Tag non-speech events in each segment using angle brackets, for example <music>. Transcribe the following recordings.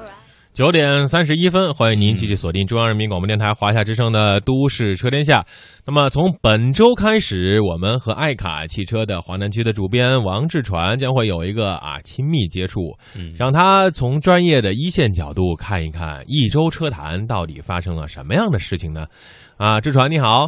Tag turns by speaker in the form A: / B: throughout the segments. A: 九点三十一分，欢迎您继续锁定中央人民广播电台华夏之声的《都市车天下》。那么，从本周开始，我们和爱卡汽车的华南区的主编王志传将会有一个啊亲密接触，让他从专业的一线角度看一看一周车坛到底发生了什么样的事情呢？啊，志传你好，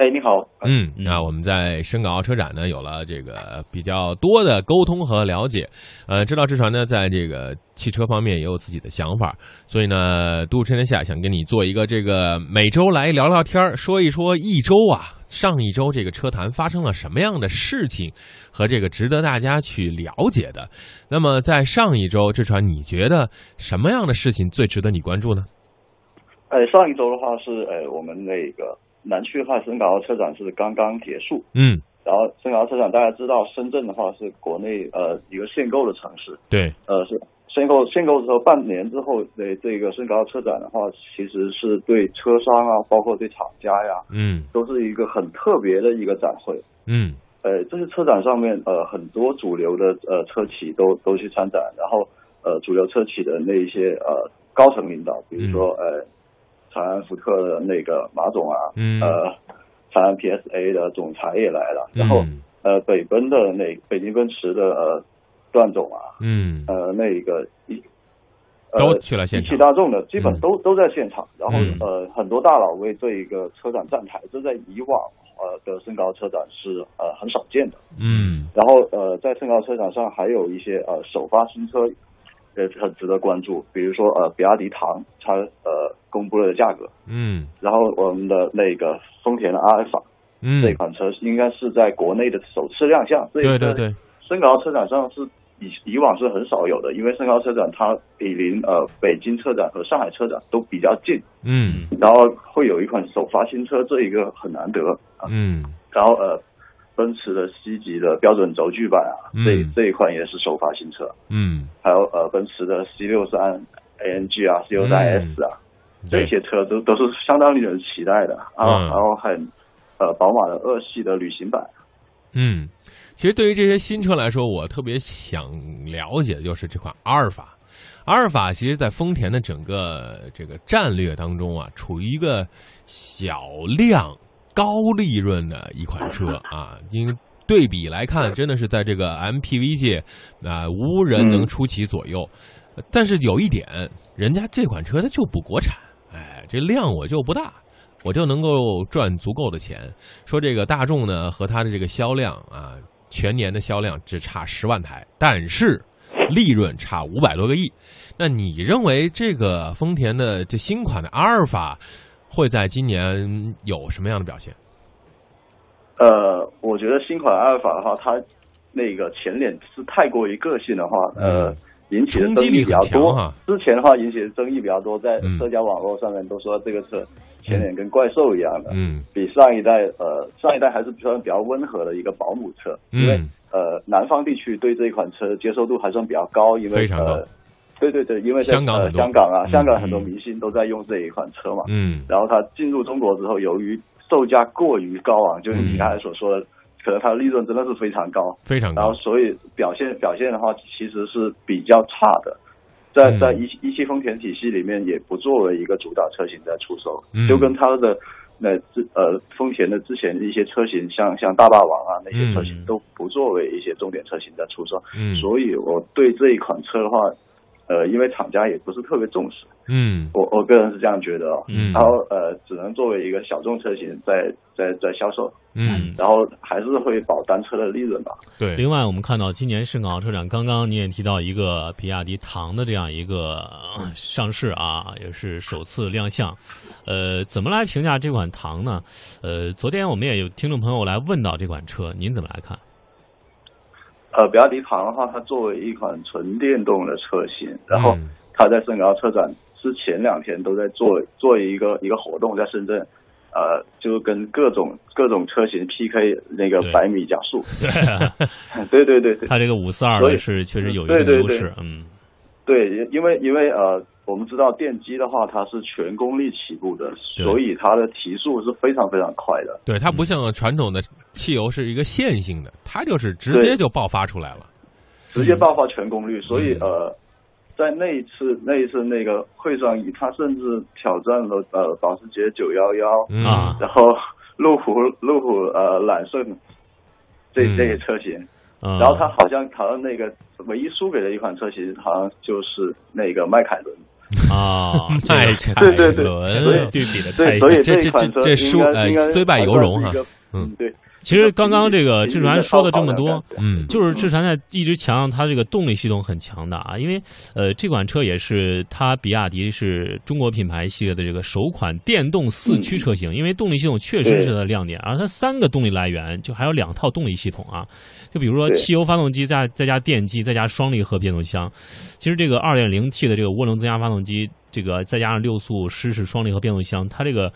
B: 哎，你好，
A: 嗯，那我们在深港澳车展呢有了这个比较多的沟通和了解，呃，知道志传呢在这个汽车方面也有自己的想法，所以呢，都市天下想跟你做一个这个每周来聊聊天儿，说一说一周啊，上一周这个车坛发生了什么样的事情和这个值得大家去了解的。那么在上一周，志传你觉得什么样的事情最值得你关注呢？
B: 呃，上一周的话是呃，我们那个南区的话，深港澳车展是刚刚结束，
A: 嗯，
B: 然后深港澳车展大家知道，深圳的话是国内呃一个限购的城市，
A: 对，
B: 呃是限购限购之后半年之后的这个深港澳车展的话，其实是对车商啊，包括对厂家呀，
A: 嗯
B: 都是一个很特别的一个展会。
A: 嗯
B: 呃，这些车展上面呃很多主流的呃车企都都去参展，然后呃主流车企的那一些呃高层领导，比如说、呃长安福特的那个马总啊，
A: 嗯
B: 呃长安 PSA 的总裁也来了，然后、
A: 嗯
B: 呃北奔的那北京奔驰的呃段总啊，
A: 嗯，
B: 呃那个一。
A: 都
B: 呃
A: 去了现
B: 一
A: 场
B: 汽大众的基本
A: 嗯
B: 都、都在现场，然后、
A: 嗯
B: 呃，很多大佬为这一个车展站台，这在以往呃的深高车展是呃很少见的。
A: 嗯
B: 然后呃，在盛高车展上还有一些呃首发新车，呃很值得关注，比如说呃比亚迪唐它呃公布了价格，
A: 嗯
B: 然后我们的那个丰田的阿尔法
A: 嗯，
B: 这款车应该是在国内的首次亮相，这
A: 对对对，，
B: 深高车展上是以以往是很少有的，因为深高车展它比邻呃北京车展和上海车展都比较近，
A: 嗯
B: 然后会有一款首发新车，这一个很难得啊。
A: 嗯
B: 然后呃，奔驰的 C 级的标准轴距版啊，
A: 嗯
B: 这这一款也是首发新车，
A: 嗯，
B: 还有呃，奔驰的 C 六三 AMG 啊，C 六三 S 啊，这
A: 对，
B: 些车都都是相当令人期待的
A: 嗯
B: 啊。然后还有呃，宝马的二系的旅行版，
A: 嗯，其实对于这些新车来说，我特别想了解的就是这款阿尔法。阿尔法其实，在丰田的整个这个战略当中啊，处于一个小量高利润的一款车啊，因为对比来看，真的是在这个 MPV 界啊、无人能出其左右。但是有一点，人家这款车它就不国产，哎，这量我就不大，我就能够赚足够的钱。说这个大众呢和它的这个销量啊，全年的销量只差十万台，但是利润差五百多个亿。那你认为这个丰田的这新款的阿尔法会在今年有什么样的表现？
B: 呃，我觉得新款阿尔法的话，它那个前脸是太过于个性的话，呃。
A: 嗯
B: 引起的
A: 冲
B: 争
A: 击力
B: 议比较
A: 很强
B: 多。
A: 啊
B: 之前的话引起的争议比较多，在
A: 嗯
B: 社交网络上面都说这个车前脸跟怪兽一样的。
A: 嗯
B: 比上一代呃上一代还是算比较温和的一个保姆车，因为、
A: 嗯
B: 呃南方地区对这一款车接受度还算比较高，因为
A: 非常高
B: 呃对对对，因为在
A: 香港
B: 呃
A: 很多
B: 香港啊，
A: 嗯
B: 香港很多明星都在用这一款车嘛。
A: 嗯
B: 然后它进入中国之后，由于售价过于高昂，就是
A: 嗯
B: 你刚才所说的，可能它的利润真的是非常高，
A: 非常
B: 然后
A: 高。
B: 所以表现表现的话其实是比较差的，在
A: 嗯
B: 在一一汽丰田体系里面也不作为一个主打车型在出售，
A: 嗯
B: 就跟它的那之呃丰田的之前的一些车型，像像大霸王啊那些车型
A: 嗯
B: 都不作为一些重点车型在出售，
A: 嗯
B: 所以我对这一款车的话，呃，因为厂家也不是特别重视，
A: 嗯
B: 我我个人是这样觉得哦。
A: 嗯
B: 然后呃，只能作为一个小众车型在在在销售，
A: 嗯，
B: 然后还是会保单车的利润吧。
A: 对，
C: 另外，我们看到今年盛港车展，刚刚你也提到一个比亚迪唐的这样一个
B: 嗯
C: 呃上市啊，也是首次亮相。呃，怎么来评价这款唐呢？呃，昨天我们也有听众朋友来问到这款车，您怎么
B: <laughs>
C: 来看？
B: 呃，比亚迪唐的话，它作为一款纯电动的车型，然后
A: 嗯
B: 它在盛高车展之前两天都在做做一个一个活动，在深圳，呃，就是跟各种各种车型 PK 那个
C: 对
B: 百米加速。对 <laughs> 对对对
C: 它这个五四二
B: 所
C: 呢
B: 以
C: 是确实有一
B: 对
C: 定的
B: 对
C: 优
B: 对
C: 势，嗯，
B: 对，因为因为呃，我们知道电机的话，它是全功率起步的，
C: 对
B: 所以它的提速是非常非常快的。
A: 对，它不像传统的汽油是一个线性的，它就是直接就爆发出来了。
B: 直接爆发全功率，所以
A: 嗯
B: 呃，在那一次那一次那个会上，他甚至挑战了呃保时捷九幺幺，
A: 嗯
C: 啊
B: 然后路虎路虎呃揽胜这
A: 嗯
B: 这些车型，
C: 呃
B: 然后他好像好像那个唯一输给的一款车型，好像就是那个迈凯伦。 <laughs>
C: 啊，
A: 迈
C: 这
A: 凯
C: 个
B: 哎对对对所
A: 伦
B: 以，
C: 对比的太
B: 对，所以
A: 哎这
B: 一款车
A: 这这输
B: 应该
A: 呃
B: 应该
A: 虽败犹荣哈
B: 还算是一个。
A: 嗯
B: 嗯，对。
C: 其实刚刚这个志传说的这么多，
A: 嗯
C: 就是志传在一直强调它这个动力系统很强大啊，因为呃这款车也是它比亚迪是中国品牌系列的这个首款电动四驱车型，因为动力系统确实是它的亮点，而它三个动力来源就还有两套动力系统啊，就比如说
B: 对
C: 汽油发动机再再加电机再加双离合变速箱，其实这个 2.0T 的这个涡轮增压发动机，这个再加上六速湿式双离合变速箱，它这个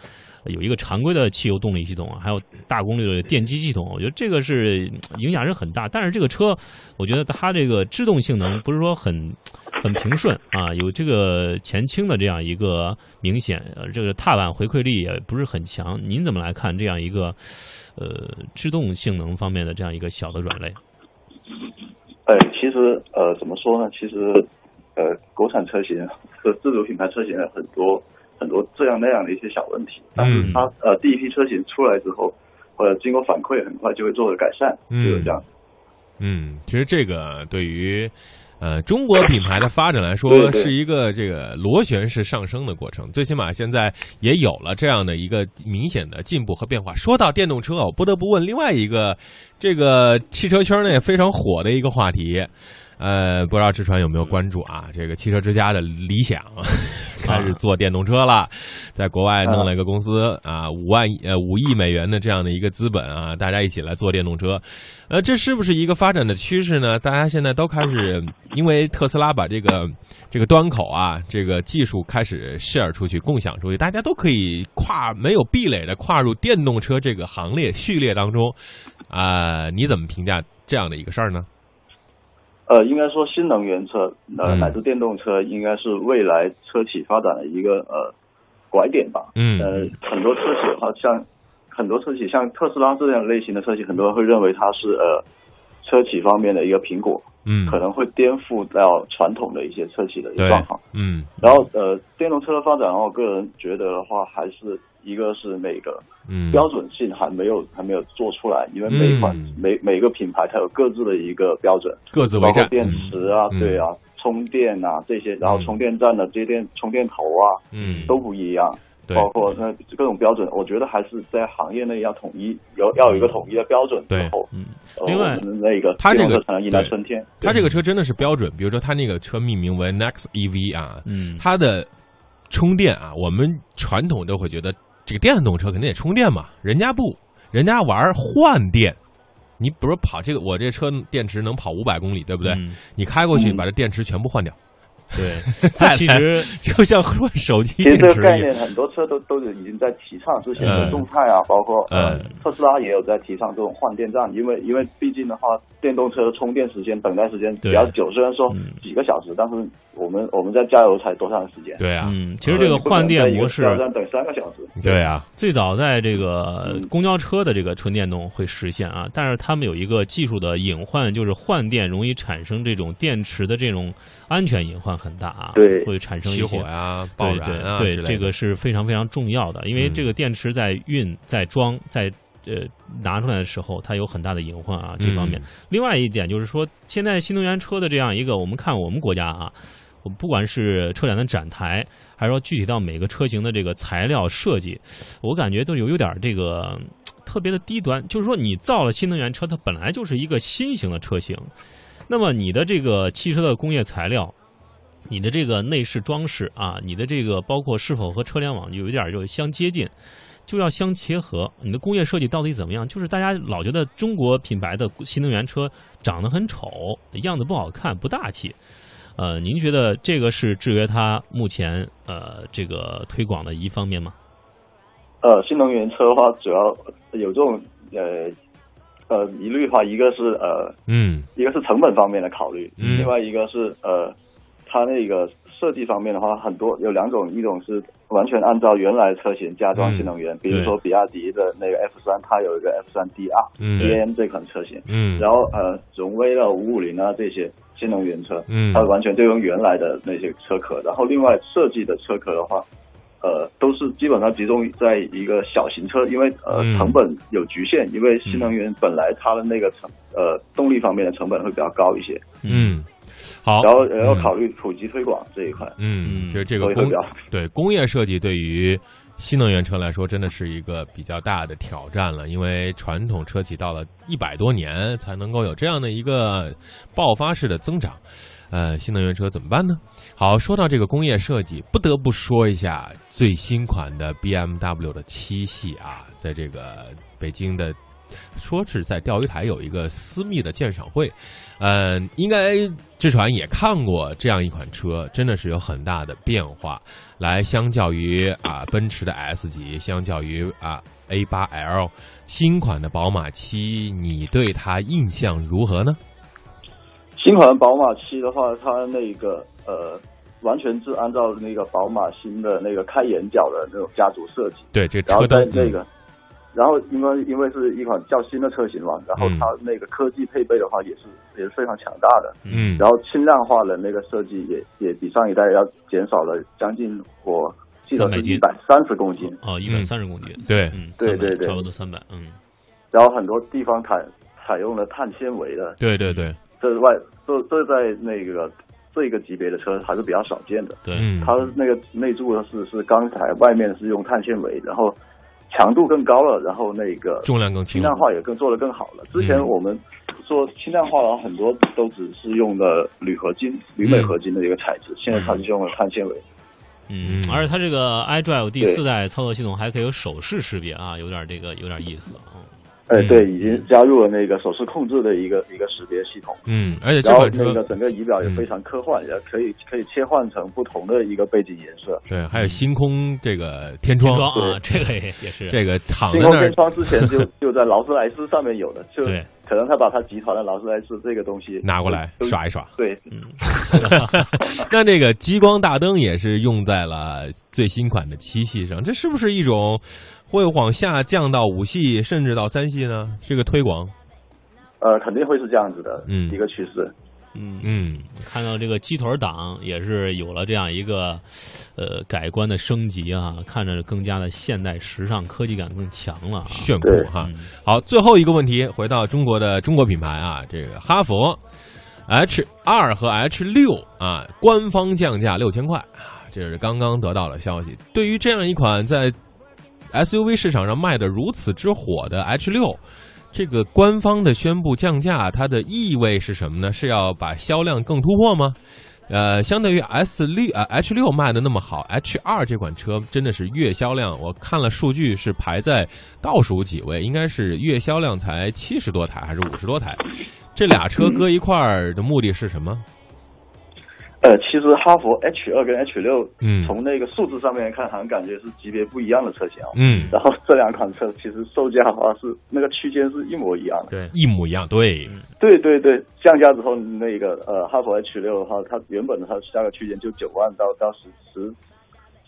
C: 有一个常规的汽油动力系统，啊还有大功率的电机系统，我觉得这个是嗯影响是很大。但是这个车，我觉得它这个制动性能不是说很很平顺啊，有这个前倾的这样一个明显，呃这个踏板回馈力也不是很强。您怎么来看这样一个呃制动性能方面的这样一个小的软肋？
B: 哎，其实呃，怎么说呢？其实呃，国产车型和自主品牌车型有很多很多这样那样的一些小问题，但是
A: 嗯
B: 它呃第一批车型出来之后，呃，经过反馈，很快就会做了改善，
A: 嗯
B: 就是这样。
A: 嗯，其实这个对于呃中国品牌的发展来说，
B: 对对
A: 是一个这个螺旋式上升的过程。最起码现在也有了这样的一个明显的进步和变化。说到电动车啊，我不得不问另外一个这个汽车圈内非常火的一个话题。呃，不知道志川有没有关注啊？这个汽车之家的理想 <laughs> 开始做电动车了，在国外弄了一个公司啊，五万呃五亿美元的这样的一个资本啊，大家一起来做电动车。呃，这是不是一个发展的趋势呢？大家现在都开始，因为特斯拉把这个这个端口啊，这个技术开始 share 出去、共享出去，大家都可以跨没有壁垒的跨入电动车这个行列序列当中。啊、你怎么评价这样的一个事儿呢？
B: 呃，应该说新能源车呃
A: 嗯
B: 乃至电动车，应该是未来车企发展的一个呃拐点吧。
A: 嗯
B: 呃，很多车企的话，像很多车企像特斯拉这样类型的车企，很多人会认为它是呃车企方面的一个苹果。
A: 嗯，
B: 可能会颠覆到传统的一些车企的一个
A: 对
B: 状况。，
A: 嗯
B: 然后呃，电动车的发展的话，我个人觉得的话，还是一个是那个
A: 嗯，
B: 标准性还没有还没有做出来，因为每一款、
A: 嗯
B: 每每个品牌它有各自的一个标准，
A: 各自为
B: 包括
A: 战。
B: 电池啊，
A: 嗯
B: 对啊，充电啊这些，然后
A: 嗯
B: 充电站的接电充电头啊
A: 嗯，
B: 都不一样。
A: 对
B: 包括那各种标准，我觉得还是在行业内要统一，有要有一个统一的标准之
A: 对
B: 后，
C: 嗯，
B: 呃
C: 另外
B: 我们那个
A: 它这个
B: 电动车才能迎来
A: 对
B: 春天。
A: 它这个车真的是标准，比如说它那个车命名为 Next EV 啊，
C: 嗯，
A: 它的充电啊，我们传统都会觉得这个电动车肯定得充电嘛，人家不，人家玩儿换电。你比如说跑这个，我这车电池能跑五百公里，对不对？
C: 嗯
A: 你开过去
B: 嗯
A: 把这电池全部换掉， <laughs>
C: <laughs> 对，
A: 再
C: 它
A: 来
C: 其实
A: 就像换手机
B: 其实
A: 电
B: 这个
A: 池
B: 概
A: 一样。
B: 念很多车都都已经在提倡，之前的
A: 嗯
B: 众泰啊，包括呃
A: 嗯
B: 特斯拉也有在提倡这种换电站，因为因为毕竟的话，电动车的充电时间、等待时间比
C: 对
B: 较久，虽然说
C: 嗯
B: 几个小时，但是我们我们在加油才多长时间？呃
A: 对啊，
C: 嗯，其实这个换电模式
B: 你 <laughs> 不可能在一个加油站等三个小时。
A: 对啊，
C: 最早在这个
B: 嗯
C: 公交车的这个纯电动会实现啊，但是他们有一个技术的隐患，就是换电容易产生这种电池的这种安全隐患很大啊，
B: 对
C: 会产生
A: 起
C: 一
A: 火
C: 些。
A: 呀、爆燃啊
C: 对
A: 之类
C: 对对，
A: 的
C: 这个是非常非常重要的，因为
A: 嗯
C: 这个电池在运、在装、在呃拿出来的时候，它有很大的隐患啊，这方面。
A: 嗯
C: 另外一点就是说，现在新能源车的这样一个，我们看我们国家啊，我们不管是车展的展台，还是说具体到每个车型的这个材料设计，我感觉都有有点儿这个嗯特别的低端。就是说，你造了新能源车，它本来就是一个新型的车型，那么你的这个汽车的工业材料。你的这个内饰装饰啊，你的这个包括是否和车联网有一点儿就是相接近，就要相结合。你的工业设计到底怎么样？就是大家老觉得中国品牌的新能源车长得很丑，样子不好看，不大气。呃，您觉得这个是制约它目前呃这个推广的一方面吗？
B: 呃，新能源车的话，主要有这种呃呃疑虑的话，一个是呃
A: 嗯
B: 一个是成本方面的考虑，
A: 嗯
B: 另外一个是呃，它那个设计方面的话，很多有两种，一种是完全按照原来的车型加装
A: 嗯
B: 新能源，比如说比亚迪的那个 F 三，它有一个 F 三 DR、
A: 嗯
B: DAM 这款车型，
A: 嗯，
B: 然后呃，荣威的五五零啊这些新能源车，
A: 嗯
B: 它完全就用原来的那些车壳，然后另外设计的车壳的话，呃，都是基本上集中在一个小型车，因为呃
A: 嗯
B: 成本有局限，因为新能源本来它的那个成呃动力方面的成本会比较高一些，
A: 嗯，好，
B: 然后也要
A: 嗯
B: 考虑普及推广这一块，
A: 嗯，
C: 嗯
A: 就是这
B: 这
A: 个
B: 会
A: 工
B: 比较 <laughs>
A: 对工业设计对于新能源车来说，真的是一个比较大的挑战了，因为传统车企到了一百多年才能够有这样的一个爆发式的增长。呃，新能源车怎么办呢？好，说到这个工业设计，不得不说一下最新款的 BMW 的七系啊，在这个北京的，说是在钓鱼台有一个私密的鉴赏会，呃，应该志传也看过这样一款车，真的是有很大的变化。来，相较于啊奔驰的 S 级，相较于啊 A 八 L，新款的宝马七，你对它印象如何呢？
B: 新款宝马七的话，它那个呃，完全是按照那个宝马新的那个开眼角的那种家族设计，
A: 对，这
B: 然
A: 车
B: 后在
A: 灯嗯
B: 那个，然后因为因为是一款较新的车型嘛，然后
A: 嗯
B: 它那个科技配备的话也是也是非常强大的，
A: 嗯
B: 然后轻量化的那个设计也也比上一代要减少了将近我记得
C: 300
B: 是
C: 斤
B: 一百三十公斤，
C: 哦，一百三十公斤，
A: 对
C: 嗯，
B: 对
C: 300
B: 对对
C: 差不多三百，嗯，
B: 然后很多地方采采用了碳纤维的，
A: 对对对，
B: 这外这这在那个这个级别的车还是比较少见的。
C: 对，
A: 嗯，
B: 它那个内柱是是钢材，外面是用碳纤维，然后强度更高了，然后那个
A: 重量更轻
B: 轻量化也更做得更好了。之前
A: 嗯
B: 我们说轻量化的话，很多都只是用的铝合金、
A: 嗯
B: 铝镁合金的一个材质，现在它就是用了碳纤维。
C: 嗯
A: 嗯，
C: 而且它这个 iDrive 第四代操作系统还可以有手势识别啊，有点这个有点意思，嗯，
B: 哎、
A: 嗯
B: 对，已经加入了那个手势控制的一个一个识别系统。
A: 嗯，而且这
B: 然后
A: 款车嗯
B: 那个整个仪表也非常科幻，也可以可以切换成不同的一个背景颜色。
A: 对，还有星空这个天
C: 天
A: 窗，
C: 窗啊，这个也也是，
A: 这个躺在
B: 星空
A: 那儿
B: 天，窗之前
A: <laughs>
B: 就就在劳斯莱斯上面有的，就
C: 对
B: 可能他把他集团的劳斯莱斯这个东西
A: 拿过来
B: 都
A: 耍一耍。
B: 对，
A: 那这个激光大灯也是用在了最新款的七系上，这是不是一种会往下降到五系甚至到三系呢？这个推广，
B: 呃，肯定会是这样子的
A: 嗯
B: 一个趋势。
C: 嗯，
A: 嗯
C: 看到这个鸡腿党也是有了这样一个呃改观的升级啊，看着更加的现代时尚，科技感更强了啊，
A: 炫酷
B: 对
A: 哈
C: 嗯。
A: 好，最后一个问题，回到中国的中国品牌啊，这个哈佛 H 二和 H 六啊，官方降价六千块，啊这是刚刚得到的消息。对于这样一款在 SUV 市场上卖的如此之火的 H 六。这个官方的宣布降价，它的意味是什么呢？是要把销量更突破吗？呃，相对于 S 六呃 H 六卖的那么好，H 二这款车真的是月销量，我看了数据是排在倒数几位，应该是月销量才七十多台还是五十多台。这俩车搁一块儿的目的是什么？
B: 呃，其实哈弗 H 二跟 H 六，
A: 嗯
B: 从那个数字上面看，好像感觉是级别不一样的车型啊。
A: 嗯，
B: 然后这两款车其实售价的话是那个区间是一模一样的。
C: 对，
A: 一模一样，对，
B: 对对对，降价之后，那个呃，哈弗 H 六的话，它原本的它价格区间就九万到到十十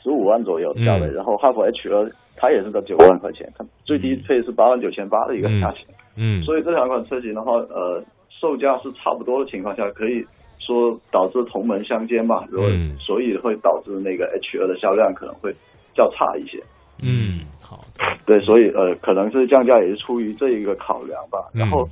B: 十五万左右的价位，
A: 嗯
B: 然后哈弗 H 二它也是到九万块钱，它最低配是八万九千八的一个价钱。
A: 嗯，
B: 所以这两款车型的话，呃，售价是差不多的情况下，可以说导致同门相间吧，如果
A: 嗯
B: 所以会导致那个 H 二的销量可能会较差一些。
A: 嗯，
C: 好，
B: 对，所以呃，可能是降价也是出于这一个考量吧。然后，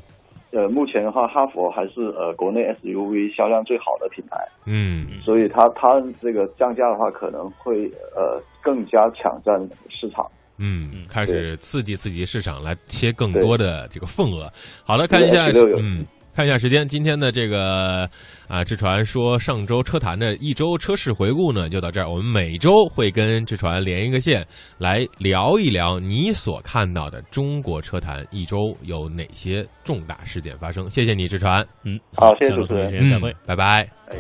B: 呃，目前的话，哈佛还是呃国内 SUV 销量最好的品牌，
A: 嗯
B: 所以它它这个降价的话，可能会呃更加抢占市场。
A: 嗯，开始刺激刺激市场，来切更
B: 对
A: 多的这个份额。好的，看一下
B: 对16有，
A: 嗯，看一下时间，今天的这个啊，志传说上周车坛的一周车市回顾呢，就到这儿。我们每周会跟志传连一个线，来聊一聊你所看到的中国车坛一周有哪些重大事件发生。谢谢你，志传，
C: 嗯，
B: 啊好谢谢
C: 下周
B: 主持
C: 同一
B: 人
C: 时间再会。
A: 嗯拜拜。